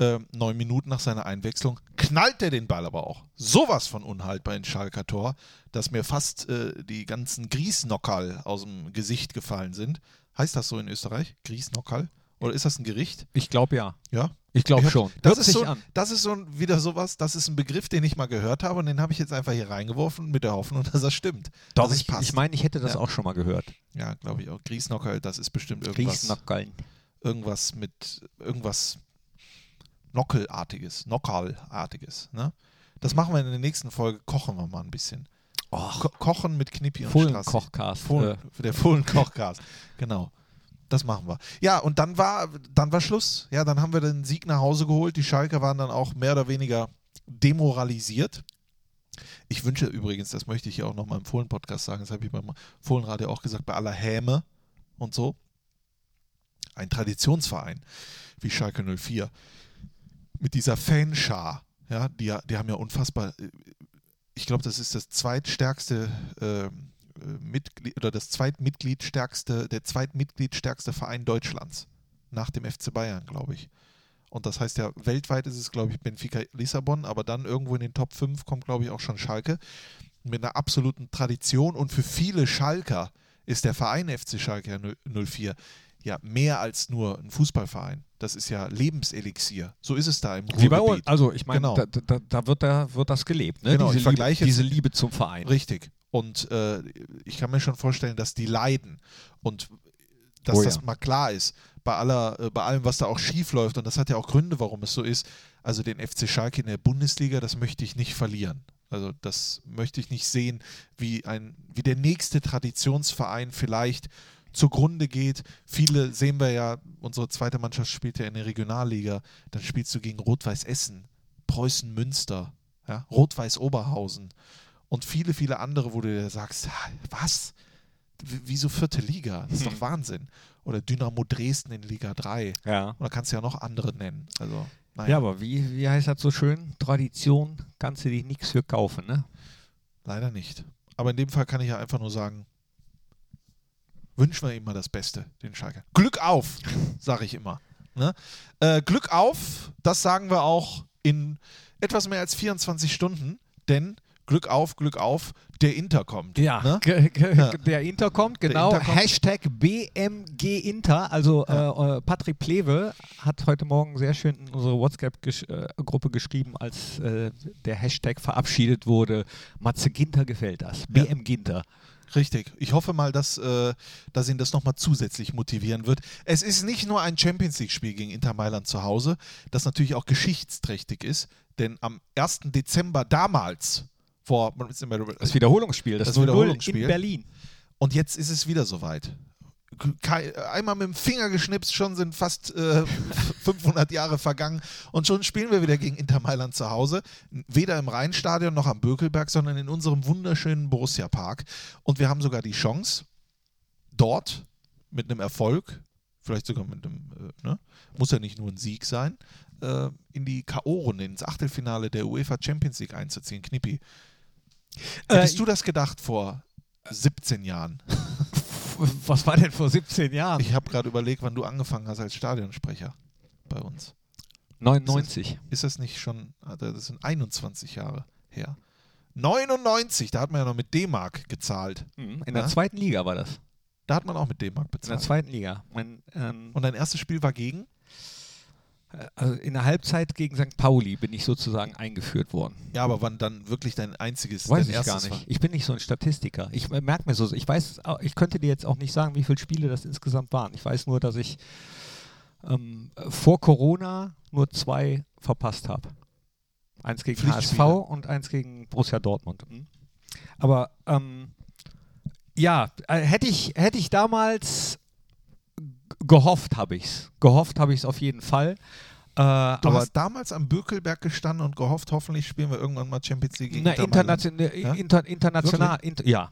B: Ähm, neun Minuten nach seiner Einwechslung knallt er den Ball aber auch. Sowas von unhaltbar in Schalker Tor, dass mir fast äh, die ganzen Griesnockerl aus dem Gesicht gefallen sind. Heißt das so in Österreich? Griesnockerl? Oder ist das ein Gericht?
A: Ich glaube ja.
B: Ja,
A: Ich glaube
B: hab-
A: schon.
B: Das
A: Hört
B: ist,
A: sich
B: so,
A: an.
B: das ist so ein- wieder sowas, das ist ein Begriff, den ich mal gehört habe und den habe ich jetzt einfach hier reingeworfen mit der Hoffnung, dass das stimmt. dass es
A: ich ich meine, ich hätte das
B: Ja.
A: auch schon mal gehört.
B: ja, glaube ich auch. Griesnockerl, das ist bestimmt irgendwas,
A: Riesennackeln.
B: irgendwas mit irgendwas Nockelartiges, Nockerlartiges. Ne? Das machen wir in der nächsten Folge, kochen wir mal ein bisschen.
A: Och,
B: Ko kochen mit Knippi und Strassi.
A: Fohlenkochcast.
B: Fohlen,
A: Äh,
B: Der Fohlenkochcast, genau. Das machen wir. Ja, und dann war, dann war Schluss. Ja, dann haben wir den Sieg nach Hause geholt. Die Schalker waren dann auch mehr oder weniger demoralisiert. Ich wünsche übrigens, das möchte ich hier auch nochmal im Fohlen-Podcast sagen, das habe ich beim Fohlenradio auch gesagt, bei aller Häme und so. Ein Traditionsverein wie Schalke 04 mit dieser Fanschar, ja, die, ja- die haben ja unfassbar, äh, ich glaube, das ist das zweitstärkste ähm, äh, Mitglied oder das zweitmitgliedstärkste, der zweitmitgliedstärkste Verein Deutschlands nach dem FC Bayern, glaube ich. Und das heißt ja, weltweit ist es, glaube ich, Benfica Lissabon, aber dann irgendwo in den Top 5 kommt, glaube ich, auch schon Schalke. Mit einer absoluten Tradition und für viele Schalker ist der Verein FC Schalke 04 ja mehr als nur ein Fußballverein. Das ist ja Lebenselixier. So ist es da im
A: Wie bei uns.
B: Ruhrgebiet.
A: Also ich meine,
B: Genau.
A: da, da, da, wird, da wird das gelebt. Ne?
B: Genau,
A: diese,
B: ich
A: Liebe,
B: vergleiche jetzt-
A: diese Liebe zum Verein.
B: Richtig. Und äh, ich kann mir schon vorstellen, dass die leiden und dass
A: Oh ja.
B: das mal klar ist bei aller, äh, bei allem, was da auch schief läuft. Und das hat ja auch Gründe, warum es so ist. Also den FC Schalke in der Bundesliga, das möchte ich nicht verlieren. Also das möchte ich nicht sehen, wie ein, wie der nächste Traditionsverein vielleicht zugrunde geht. Viele sehen wir ja, unsere zweite Mannschaft spielt ja in der Regionalliga, dann spielst du gegen Rot-Weiß Essen, Preußen Münster, ja, Rot-Weiß Oberhausen und viele, viele andere, wo du dir sagst, "Ha, was? W- Wieso vierte Liga? Das ist
A: Hm.
B: doch Wahnsinn. Oder Dynamo Dresden in Liga 3.
A: Ja.
B: Oder kannst du ja noch andere nennen. Also, naja,
A: Ja, aber wie, wie heißt das so schön? Tradition, kannst du dich nichts für kaufen, ne?
B: leider nicht. Aber in dem Fall kann ich ja einfach nur sagen, wünschen wir ihm mal das Beste, den Schalke. Glück auf, sage ich immer. Ne? Äh, Glück auf, das sagen wir auch in etwas mehr als 24 Stunden, denn Glück auf, Glück auf, der Inter kommt. Ne?
A: Ge- ge-
B: Ja.
A: der Inter kommt, genau.
B: Inter kommt.
A: Hashtag BMG Inter. Also äh, äh, Patrick Plewe hat heute Morgen sehr schön in unsere WhatsApp-Gruppe geschrieben, als äh, der Hashtag verabschiedet wurde. Matze Ginter gefällt das.
B: Ja.
A: BM Ginter.
B: Richtig. Ich hoffe mal, dass, äh, dass ihn das nochmal zusätzlich motivieren wird. Es ist nicht nur ein Champions League-Spiel gegen Inter Mailand zu Hause, das natürlich auch geschichtsträchtig ist, denn am 1. Dezember damals, vor.
A: Das Wiederholungsspiel, das,
B: Das
A: 0-0
B: Wiederholungsspiel.
A: in Berlin.
B: Und jetzt ist es wieder soweit. Kei- Einmal mit dem Finger geschnipst, schon sind fast äh, 500 Jahre vergangen und schon spielen wir wieder gegen Inter Mailand zu Hause. Weder im Rheinstadion noch am Bökelberg, sondern in unserem wunderschönen Borussia Park. Und wir haben sogar die Chance, dort mit einem Erfolg, vielleicht sogar mit einem, äh, ne, muss ja nicht nur ein Sieg sein, äh, in die K.O.-Runde, ins Achtelfinale der UEFA Champions League einzuziehen. Knippi, Hättest du das gedacht vor 17 Jahren?
A: Was war denn vor 17 Jahren?
B: Ich habe gerade überlegt, wann du angefangen hast als Stadionsprecher bei uns.
A: 99.
B: Ist das nicht schon, ah, das sind 21 Jahre her. 99, da hat man ja noch mit D-Mark gezahlt.
A: Mhm. In der
B: Ja?
A: zweiten Liga war das.
B: Da hat man auch mit D-Mark
A: In der
B: bezahlt.
A: zweiten Liga. Mein, ähm,
B: Und dein erstes Spiel war gegen?
A: also in der Halbzeit gegen St. Pauli bin ich sozusagen eingeführt worden.
B: Ja, aber wann dann wirklich dein einziges,
A: Weiß
B: dein
A: ich gar
B: erstes
A: nicht.
B: war?
A: Ich bin nicht so ein Statistiker. Ich merke mir so, ich weiß, ich könnte dir jetzt auch nicht sagen, wie viele Spiele das insgesamt waren. Ich weiß nur, dass ich ähm, vor Corona nur zwei verpasst habe. Eins gegen HSV
B: Pflichtspiele.
A: und eins gegen Borussia Dortmund. Mhm. Aber ähm, ja, äh, hätte ich, hätte ich damals g- gehofft, habe ich es. Gehofft habe ich es auf jeden Fall. Äh,
B: Du
A: aber
B: hast damals am Bökelberg gestanden und gehofft, hoffentlich spielen wir irgendwann mal Champions League gegen
A: na,
B: Inter Mailand.
A: internation
B: Ja?
A: inter, international, inter, ja,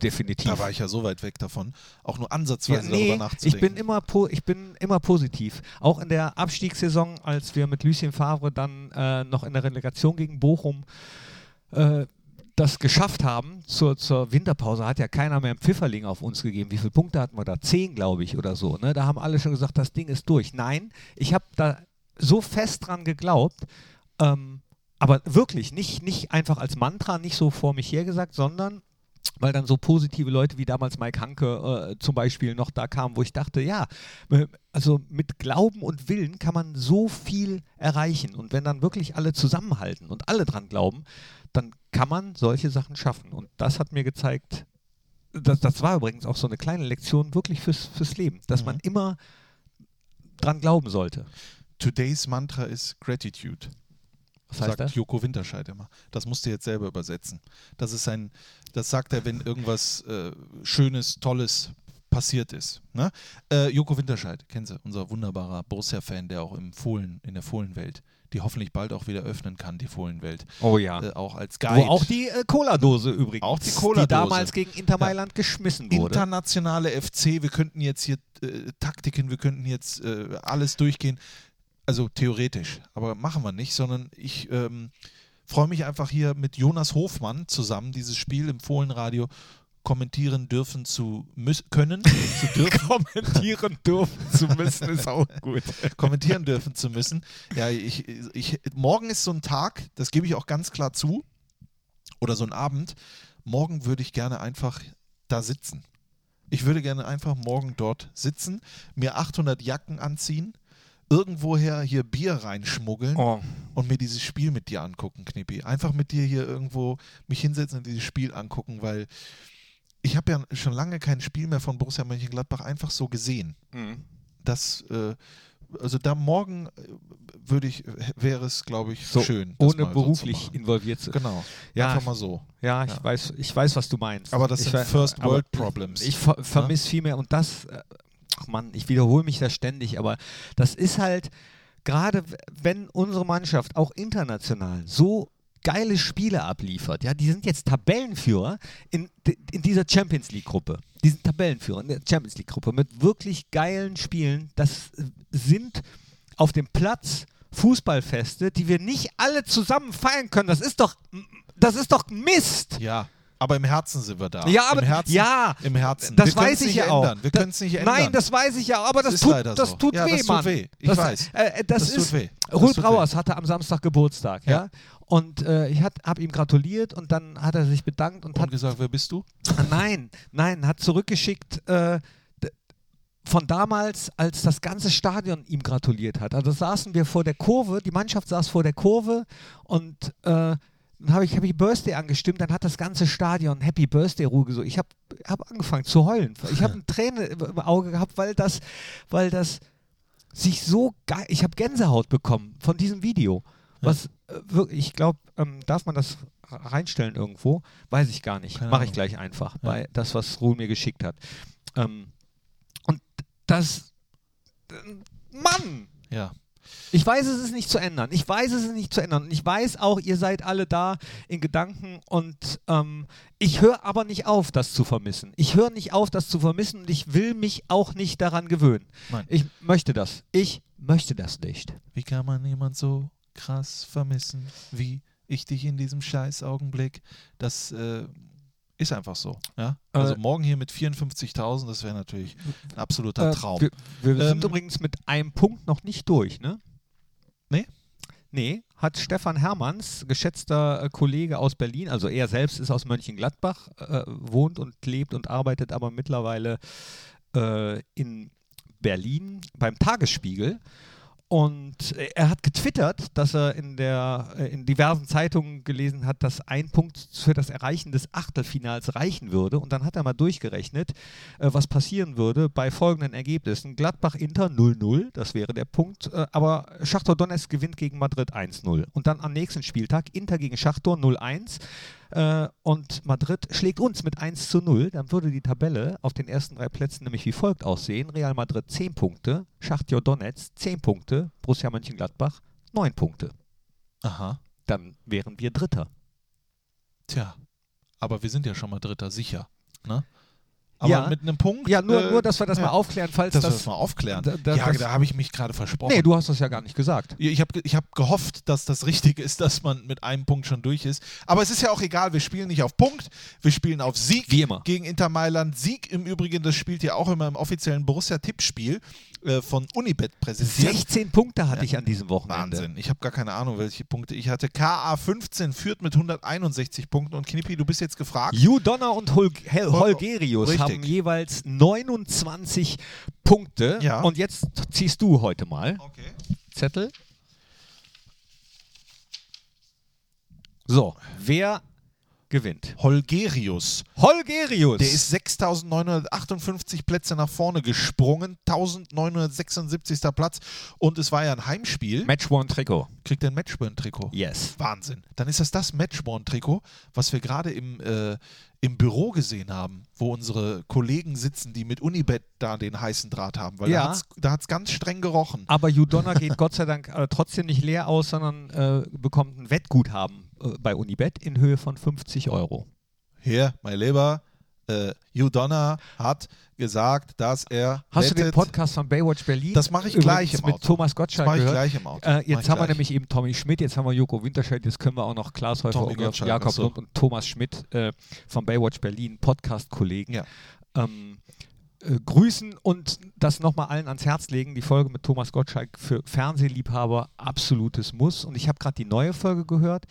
A: definitiv.
B: Da war ich ja so weit weg davon, auch nur
A: Ja,
B: ansatzweise
A: nee,
B: um darüber nachzudenken.
A: ich bin immer po ich bin immer positiv. Auch in der Abstiegssaison, als wir mit Lucien Favre dann äh, noch in der Relegation gegen Bochum äh, das geschafft haben zur, zur Winterpause, hat ja keiner mehr im Pfifferling auf uns gegeben. Wie viele Punkte hatten wir da? Zehn, glaube ich, oder so. Ne? Da haben alle schon gesagt, das Ding ist durch. Nein, ich habe da so fest dran geglaubt, ähm, aber wirklich, nicht, nicht einfach als Mantra, nicht so vor mich hergesagt, sondern weil dann so positive Leute wie damals Mike Hanke äh, zum Beispiel noch da kamen, wo ich dachte, ja, äh, also mit Glauben und Willen kann man so viel erreichen. Und wenn dann wirklich alle zusammenhalten und alle dran glauben, dann kann man solche Sachen schaffen. Und das hat mir gezeigt, das, das war übrigens auch so eine kleine Lektion wirklich fürs, fürs Leben, dass man
B: Mhm.
A: immer dran glauben sollte.
B: Today's Mantra ist Gratitude,
A: Was heißt
B: sagt
A: das?
B: Joko Winterscheid immer. Das musst du jetzt selber übersetzen. Das ist ein, das sagt er, wenn irgendwas äh, Schönes, Tolles passiert ist. Ne? Äh, Joko Winterscheid, kennen Sie, unser wunderbarer Borussia-Fan, der auch im Fohlen, in der Fohlenwelt, die hoffentlich bald auch wieder öffnen kann, die Fohlenwelt,
A: Oh ja.
B: äh, auch als Guide.
A: Wo auch die äh, Cola-Dose übrigens,
B: Auch die Cola-Dose.
A: die damals gegen Inter Mailand geschmissen wurde.
B: internationale FC, wir könnten jetzt hier äh, Taktiken, wir könnten jetzt äh, alles durchgehen. Also theoretisch, aber machen wir nicht, sondern ich ähm, freue mich einfach hier mit Jonas Hofmann zusammen dieses Spiel im Fohlenradio kommentieren dürfen zu müß- können, zu dürfen,
A: kommentieren dürfen zu müssen, ist auch gut.
B: kommentieren dürfen zu müssen. Ja, ich, ich, morgen ist so ein Tag, das gebe ich auch ganz klar zu, oder so ein Abend. Morgen würde ich gerne einfach da sitzen. Ich würde gerne einfach morgen dort sitzen, mir 800 Jacken anziehen, irgendwoher hier Bier reinschmuggeln
A: Oh.
B: und mir dieses Spiel mit dir angucken, Knippi. Einfach mit dir hier irgendwo mich hinsetzen und dieses Spiel angucken, weil ich habe ja schon lange kein Spiel mehr von Borussia Mönchengladbach einfach so gesehen das, äh, also da morgen äh, würde ich, wäre es, glaube ich,
A: So,
B: schön. das
A: ohne
B: mal so
A: beruflich
B: zu machen.
A: involviert zu
B: genau.
A: Ja.
B: Einfach mal so.
A: Ja, ich,
B: Ja.
A: Weiß, ich weiß, was du meinst.
B: Aber das
A: ich
B: sind
A: wei-
B: First
A: aber
B: World Problems. ne?
A: Ich ver vermisse viel mehr und das, äh, ach Mann, ich wiederhole mich da ständig, aber das ist halt, gerade w- wenn unsere Mannschaft auch international so geile Spiele abliefert, ja, die sind jetzt Tabellenführer in, d- in dieser Champions League-Gruppe. Die sind Tabellenführer in der Champions League-Gruppe mit wirklich geilen Spielen. Das äh, sind auf dem Platz Fußballfeste, die wir nicht alle zusammen feiern können. Das ist doch, das ist doch Mist.
B: ja. Aber im Herzen sind wir da.
A: Ja, aber-
B: Im Herzen,
A: ja.
B: im Herzen.
A: Das
B: wir können's
A: weiß ich
B: nicht
A: ja
B: ändern.
A: auch.
B: Wir
A: Da-
B: können es nicht ändern.
A: Nein, das weiß ich ja auch, aber das,
B: ist
A: tut,
B: leider
A: das
B: so.
A: tut
B: Ja,
A: weh,
B: das tut
A: Mann.
B: weh. Ich weiß.
A: Äh, äh, das,
B: Das tut
A: ist,
B: weh. Das
A: Ruhl
B: tut
A: Brauers hatte am Samstag Geburtstag, ja.
B: Ja.
A: Und äh, ich habe ihm gratuliert und dann hat er sich bedankt und
B: Und
A: hat
B: gesagt, wer bist du?
A: Ah, nein, nein, hat zurückgeschickt äh, d- von damals, als das ganze Stadion ihm gratuliert hat. Also saßen wir vor der Kurve, die Mannschaft saß vor der Kurve und äh, dann habe ich Happy Birthday angestimmt, dann hat das ganze Stadion Happy Birthday Ruhe so. Ich habe hab angefangen zu heulen. Ich habe eine Träne im im Auge gehabt, weil das, weil das sich so geil. Ich habe Gänsehaut bekommen von diesem Video. Was äh, wir- ich glaube, ähm, darf man das r- reinstellen irgendwo? Weiß ich gar nicht.
B: Keine
A: Mache ich
B: Ahnung.
A: gleich einfach bei das, was Ruhl mir geschickt hat. Ähm, und das. äh, Mann!
B: Ja.
A: Ich weiß, es ist nicht zu ändern. Ich weiß, es ist nicht zu ändern. Und ich weiß auch, ihr seid alle da in Gedanken. Und ähm, ich höre aber nicht auf, das zu vermissen. Ich höre nicht auf, das zu vermissen. Und ich will mich auch nicht daran gewöhnen.
B: Nein.
A: Ich möchte das. Ich möchte das nicht.
B: Wie kann man jemand so krass vermissen wie ich dich in diesem scheiß Augenblick. Das äh, ist einfach so. Ja? Also
A: Äh,
B: morgen hier mit 54.000, das wäre natürlich ein absoluter
A: Äh,
B: Traum.
A: Wir, wir
B: Ähm,
A: sind übrigens mit einem Punkt noch nicht durch, ne?
B: Nee?
A: Nee, hat Stefan Hermanns, geschätzter äh, Kollege aus Berlin, also er selbst ist aus Mönchengladbach, äh, wohnt und lebt und arbeitet aber mittlerweile äh, in Berlin beim Tagesspiegel. Und äh, er hat getwittert, dass er in, der, äh, in diversen Zeitungen gelesen hat, dass ein Punkt für das Erreichen des Achtelfinals reichen würde. Und dann hat er mal durchgerechnet, äh, was passieren würde bei folgenden Ergebnissen. Gladbach-Inter 0-0, das wäre der Punkt. Äh, aber Schachtor Donetsk gewinnt gegen Madrid 1-0. Und dann am nächsten Spieltag Inter gegen Schachtor 0-1. Äh, und Madrid schlägt uns mit 1 zu 0. Dann würde die Tabelle auf den ersten drei Plätzen nämlich wie folgt aussehen. Real Madrid 10 Punkte, Schachtjo Donetsk 10 Punkte, Borussia Mönchengladbach 9 Punkte.
B: Aha.
A: Dann wären wir Dritter.
B: Tja. Aber wir sind ja schon mal Dritter, sicher. Ne? Aber
A: Ja.
B: mit einem Punkt.
A: Ja, nur,
B: äh,
A: nur dass wir das
B: ja.
A: mal aufklären, falls
B: dass wir das
A: das...
B: mal aufklären.
A: da- da-
B: ja,
A: das-
B: da habe ich mich gerade versprochen.
A: nee, du hast das ja gar nicht gesagt.
B: Ich habe ich hab gehofft, dass das richtig ist, dass man mit einem Punkt schon durch ist. Aber es ist ja auch egal, wir spielen nicht auf Punkt, wir spielen auf Sieg
A: Wie immer.
B: gegen Inter Mailand. Sieg im Übrigen, das spielt ja auch immer im offiziellen Borussia-Tippspiel äh, von Unibet präsentiert.
A: 16 Punkte hatte ich an diesem Wochenende.
B: Wahnsinn. Ich habe gar keine Ahnung, welche Punkte ich hatte. KA 15 führt mit 161 Punkten und Knippi, du bist jetzt gefragt.
A: Ju Donner und Hol Hel
B: Hol-
A: Holgerius
B: Oh, Richtig.
A: haben jeweils 29 Punkte.
B: Ja.
A: Und jetzt ziehst du heute mal
B: Okay.
A: Zettel. So, wer gewinnt?
B: Holgerius.
A: Holgerius.
B: Der ist 6.958 Plätze nach vorne gesprungen, 1.976. Platz und es war ja ein Heimspiel.
A: Match One Trikot.
B: Kriegt er ein Matchburn-Trikot?
A: Yes.
B: Wahnsinn. Dann ist das das Matchborn-Trikot, was wir gerade im, äh, im Büro gesehen haben, wo unsere Kollegen sitzen, die mit Unibet da den heißen Draht haben, weil
A: Ja.
B: da hat's- da hat es ganz streng gerochen.
A: Aber Judonna geht Gott sei Dank äh, trotzdem nicht leer aus, sondern äh, bekommt ein Wettguthaben äh, bei Unibet in Höhe von 50 Euro.
B: Hier, mein Lieber, äh, Hugh Donner hat gesagt, dass er
A: Hast du den
B: wettet-
A: Podcast von Baywatch Berlin?
B: Das mache ich
A: übrigens
B: gleich im
A: mit
B: Auto.
A: Thomas
B: Das
A: Gottschalk
B: mache ich
A: gehört?
B: gleich im Auto.
A: Äh,
B: Mach ich
A: jetzt haben wir
B: gleich.
A: nämlich eben Tommy Schmidt, jetzt haben wir Joko Winterscheid, jetzt können wir auch noch Klaas Häufer,
B: Tommy
A: Olof
B: Gottschalk,
A: Jakob
B: ach so.
A: und, und Thomas Schmidt äh, vom Baywatch Berlin, Podcast-Kollegen,
B: Ja.
A: ähm, äh, grüßen und das nochmal allen ans Herz legen. Die Folge mit Thomas Gottschalk für Fernsehliebhaber, absolutes Muss. Und ich habe gerade die neue Folge gehört.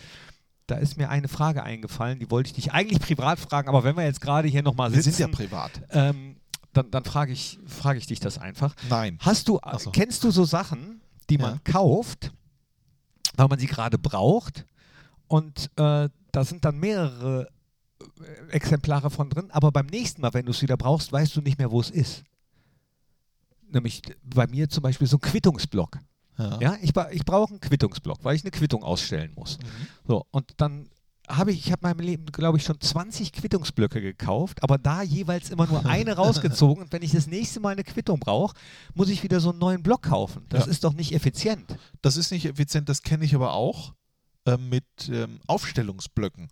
A: Da ist mir eine Frage eingefallen, die wollte ich dich eigentlich privat fragen, aber wenn wir jetzt gerade hier nochmal
B: Wir
A: sitzen,
B: sind ja privat.
A: ähm, dann, dann frage ich, frage ich dich das einfach.
B: Nein.
A: Hast du,
B: Ach so.
A: kennst du so Sachen, die man
B: Ja.
A: kauft, weil man sie gerade braucht und äh, da sind dann mehrere äh, Exemplare von drin, aber beim nächsten Mal, wenn du es wieder brauchst, weißt du nicht mehr, wo es ist. Nämlich äh, bei mir zum Beispiel so ein Quittungsblock.
B: Ja.
A: Ja, ich, ba- ich brauche einen Quittungsblock, weil ich eine Quittung ausstellen muss.
B: Mhm.
A: So, und dann habe ich, ich habe meinem Leben, glaube ich, schon 20 Quittungsblöcke gekauft, aber da jeweils immer nur eine rausgezogen. Und wenn ich das nächste Mal eine Quittung brauche, muss ich wieder so einen neuen Block kaufen. Das
B: Ja.
A: ist doch nicht effizient.
B: Das ist nicht effizient, das kenne ich aber auch ähm, mit ähm, Aufstellungsblöcken,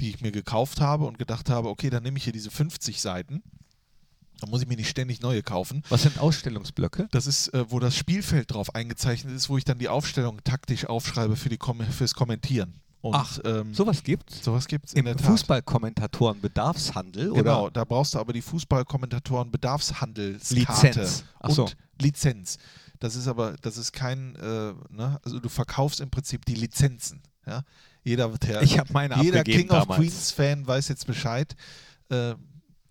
B: die ich mir gekauft habe und gedacht habe, okay, dann nehme ich hier diese 50 Seiten. Dann muss ich mir nicht ständig neue kaufen.
A: Was sind Ausstellungsblöcke?
B: Das ist, äh, wo das Spielfeld drauf eingezeichnet ist, wo ich dann die Aufstellung taktisch aufschreibe für die Kom fürs Kommentieren. Und,
A: Ach,
B: ähm,
A: Sowas gibt's
B: sowas gibt es in
A: im
B: der Tat.
A: Fußballkommentatorenbedarfshandel
B: Genau,
A: oder
B: da brauchst du aber die Fußballkommentatoren Bedarfshandelskarte
A: Lizenz. Ach
B: und
A: so.
B: Lizenz. Das ist aber, das ist kein, äh, ne? also du verkaufst im Prinzip die Lizenzen. Ja? Jeder, der,
A: Ich hab meine
B: jeder
A: abgegeben
B: King of
A: damals.
B: Queens Fan weiß jetzt Bescheid. Äh,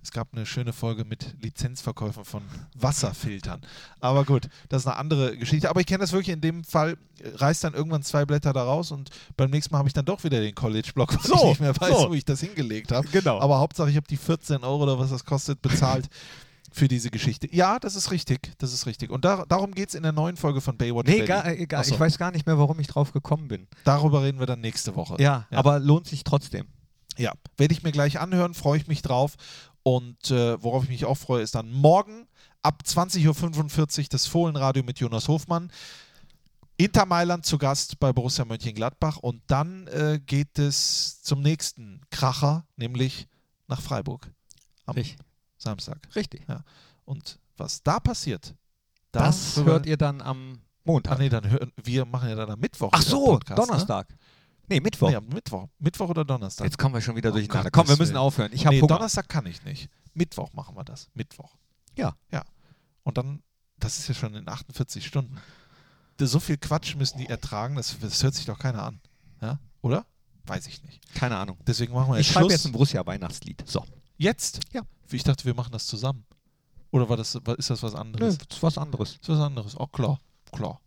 B: es gab eine schöne Folge mit Lizenzverkäufen von Wasserfiltern. Aber gut, das ist eine andere Geschichte. Aber ich kenne das wirklich in dem Fall, äh, reißt dann irgendwann zwei Blätter da raus und beim nächsten Mal habe ich dann doch wieder den College-Block, weil ich
A: So,
B: nicht mehr weiß,
A: so.
B: wo ich das hingelegt habe.
A: Genau.
B: Aber Hauptsache, ich habe die 14 Euro oder was das kostet, bezahlt für diese Geschichte. Ja, das ist richtig. Das ist richtig. Und da, darum geht es in der neuen Folge von Baywatch.
A: Nee,
B: Berlin.
A: gar, egal.
B: Ach so,
A: Ich weiß gar nicht mehr, warum ich drauf gekommen bin.
B: Darüber reden wir dann nächste Woche.
A: Ja,
B: Ja.
A: aber lohnt sich trotzdem.
B: Ja, werde ich mir gleich anhören, freue ich mich drauf. Und äh, worauf ich mich auch freue, ist dann morgen ab 20.45 Uhr das Fohlenradio mit Jonas Hofmann. Inter Mailand zu Gast bei Borussia Mönchengladbach. Und dann äh, geht es zum nächsten Kracher, nämlich nach Freiburg am
A: Richtig.
B: Samstag.
A: Richtig.
B: Und was da passiert,
A: Das hört ihr dann am
B: Ah,
A: Montag.
B: nee, dann hören, wir machen ja dann am Mittwoch.
A: Ach
B: wieder
A: so,
B: Podcast,
A: Donnerstag.
B: Ne?
A: Nee, Mittwoch.
B: Nee, am Mittwoch. Mittwoch oder Donnerstag.
A: Jetzt kommen wir schon wieder durcheinander.
B: Gottes
A: Komm, wir müssen
B: Willen.
A: aufhören. Ich habe
B: nee,
A: Hunger.
B: Donnerstag kann ich nicht. Mittwoch machen wir das. Mittwoch.
A: Ja.
B: Ja. Und dann, das ist ja schon in 48 Stunden. So viel Quatsch müssen die ertragen, das, das hört sich doch keiner an. Ja? Oder? Weiß ich nicht.
A: Keine Ahnung.
B: Deswegen machen wir
A: Ich
B: jetzt
A: schreibe
B: Schluss.
A: jetzt ein Borussia-Weihnachtslied. So.
B: Jetzt?
A: Ja.
B: Ich dachte, wir machen das zusammen. Oder war das, war- ist das was
A: Nö,
B: anderes?
A: das ist was anderes.
B: Ist was anderes. Oh, klar. Klar.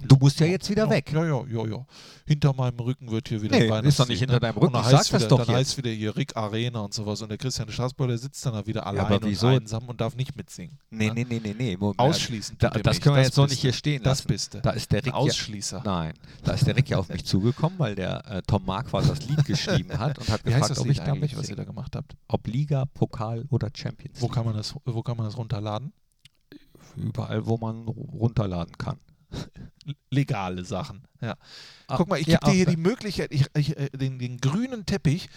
A: Du musst ja jetzt wieder
B: ja,
A: weg.
B: Genau. Ja, ja, ja, ja. Hinter meinem Rücken wird hier wieder
A: Nee,
B: ein Weihnachtslied.
A: ist doch nicht
B: ne?
A: hinter deinem Rücken,
B: Und dann
A: sag
B: heißt
A: das
B: wieder,
A: doch
B: Dann
A: jetzt.
B: heißt wieder hier Rick Arena und sowas. Und der Christian Straßburg, der sitzt dann da wieder allein
A: aber wieso?
B: und einsam und darf nicht mitsingen.
A: Nee,
B: Ja?
A: nee, nee, nee, nee. Moment.
B: Ausschließen
A: Da,
B: tut er
A: das
B: mich.
A: können wir jetzt so
B: bist
A: nicht
B: du.
A: hier stehen
B: Das
A: lassen.
B: bist du.
A: Da ist der Rick
B: Ein
A: ja,
B: Ausschließer.
A: Nein, da ist der Rick ja auf mich zugekommen, weil der äh, Tom Marquardt das Lied geschrieben hat und hat
B: Wie heißt
A: gefragt,
B: das
A: ob
B: Lied
A: ich da
B: eigentlich, was
A: mitsinge.
B: ihr da gemacht habt?
A: Ob Liga, Pokal oder Champions
B: Wo
A: League.
B: kann man das, wo kann man das runterladen?
A: Überall, wo man ru- runterladen kann.
B: L- Legale Sachen. Ja.
A: Ah,
B: Guck mal, ich
A: ja,
B: gebe dir hier
A: auch
B: die Möglichkeit, ich, ich, äh, den, den grünen Teppich,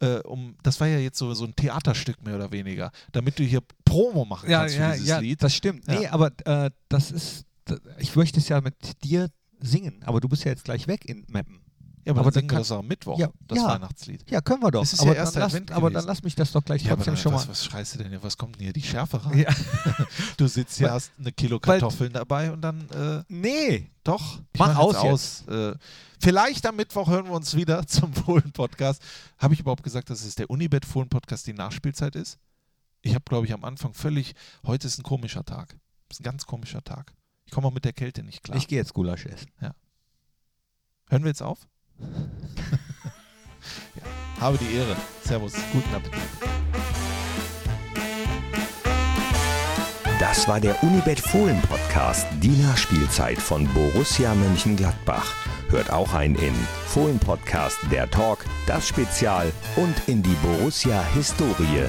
B: äh, um, das war ja jetzt so, so ein Theaterstück mehr oder weniger, damit du hier Promo machen
A: ja,
B: kannst für
A: ja,
B: dieses
A: ja,
B: Lied.
A: Das stimmt.
B: Ja.
A: Nee, aber äh, das ist, d- ich möchte es ja mit dir singen, aber du bist ja jetzt gleich weg in Meppen.
B: Ja, aber,
A: aber
B: dann
A: dann
B: singen wir das auch am Mittwoch,
A: Ja,
B: das
A: ja.
B: Weihnachtslied.
A: Ja, können wir doch.
B: Es ist
A: aber,
B: ja erster
A: dann lass,
B: Advent
A: aber dann
B: gewesen.
A: lass mich das doch gleich
B: Ja, aber
A: trotzdem
B: dann,
A: schon mal.
B: was, was schreist du denn hier? Was kommt denn hier? Die Schärfe rein? Du sitzt hier,
A: Weil-
B: hast eine Kilo
A: weil-
B: Kartoffeln dabei und dann äh,
A: Nee,
B: Doch. ich
A: Mach
B: mach
A: aus
B: jetzt aus. Äh, vielleicht am Mittwoch hören wir uns wieder zum Fohlen-Podcast. Habe ich überhaupt gesagt, dass es der Unibet-Fohlen-Podcast die Nachspielzeit ist? Ich habe, glaube ich, am Anfang völlig, heute ist ein komischer Tag. Ist ein ganz komischer Tag. Ich komme auch mit der Kälte nicht klar.
A: ich gehe jetzt Gulasch essen.
B: hören wir jetzt auf? ja. Habe die Ehre. Servus. Guten Appetit.
C: Das war der Unibet Fohlen Podcast, die Nachspielzeit von Borussia Mönchengladbach. Hört auch ein in Fohlen Podcast, der Talk, das Spezial und in die Borussia Historie.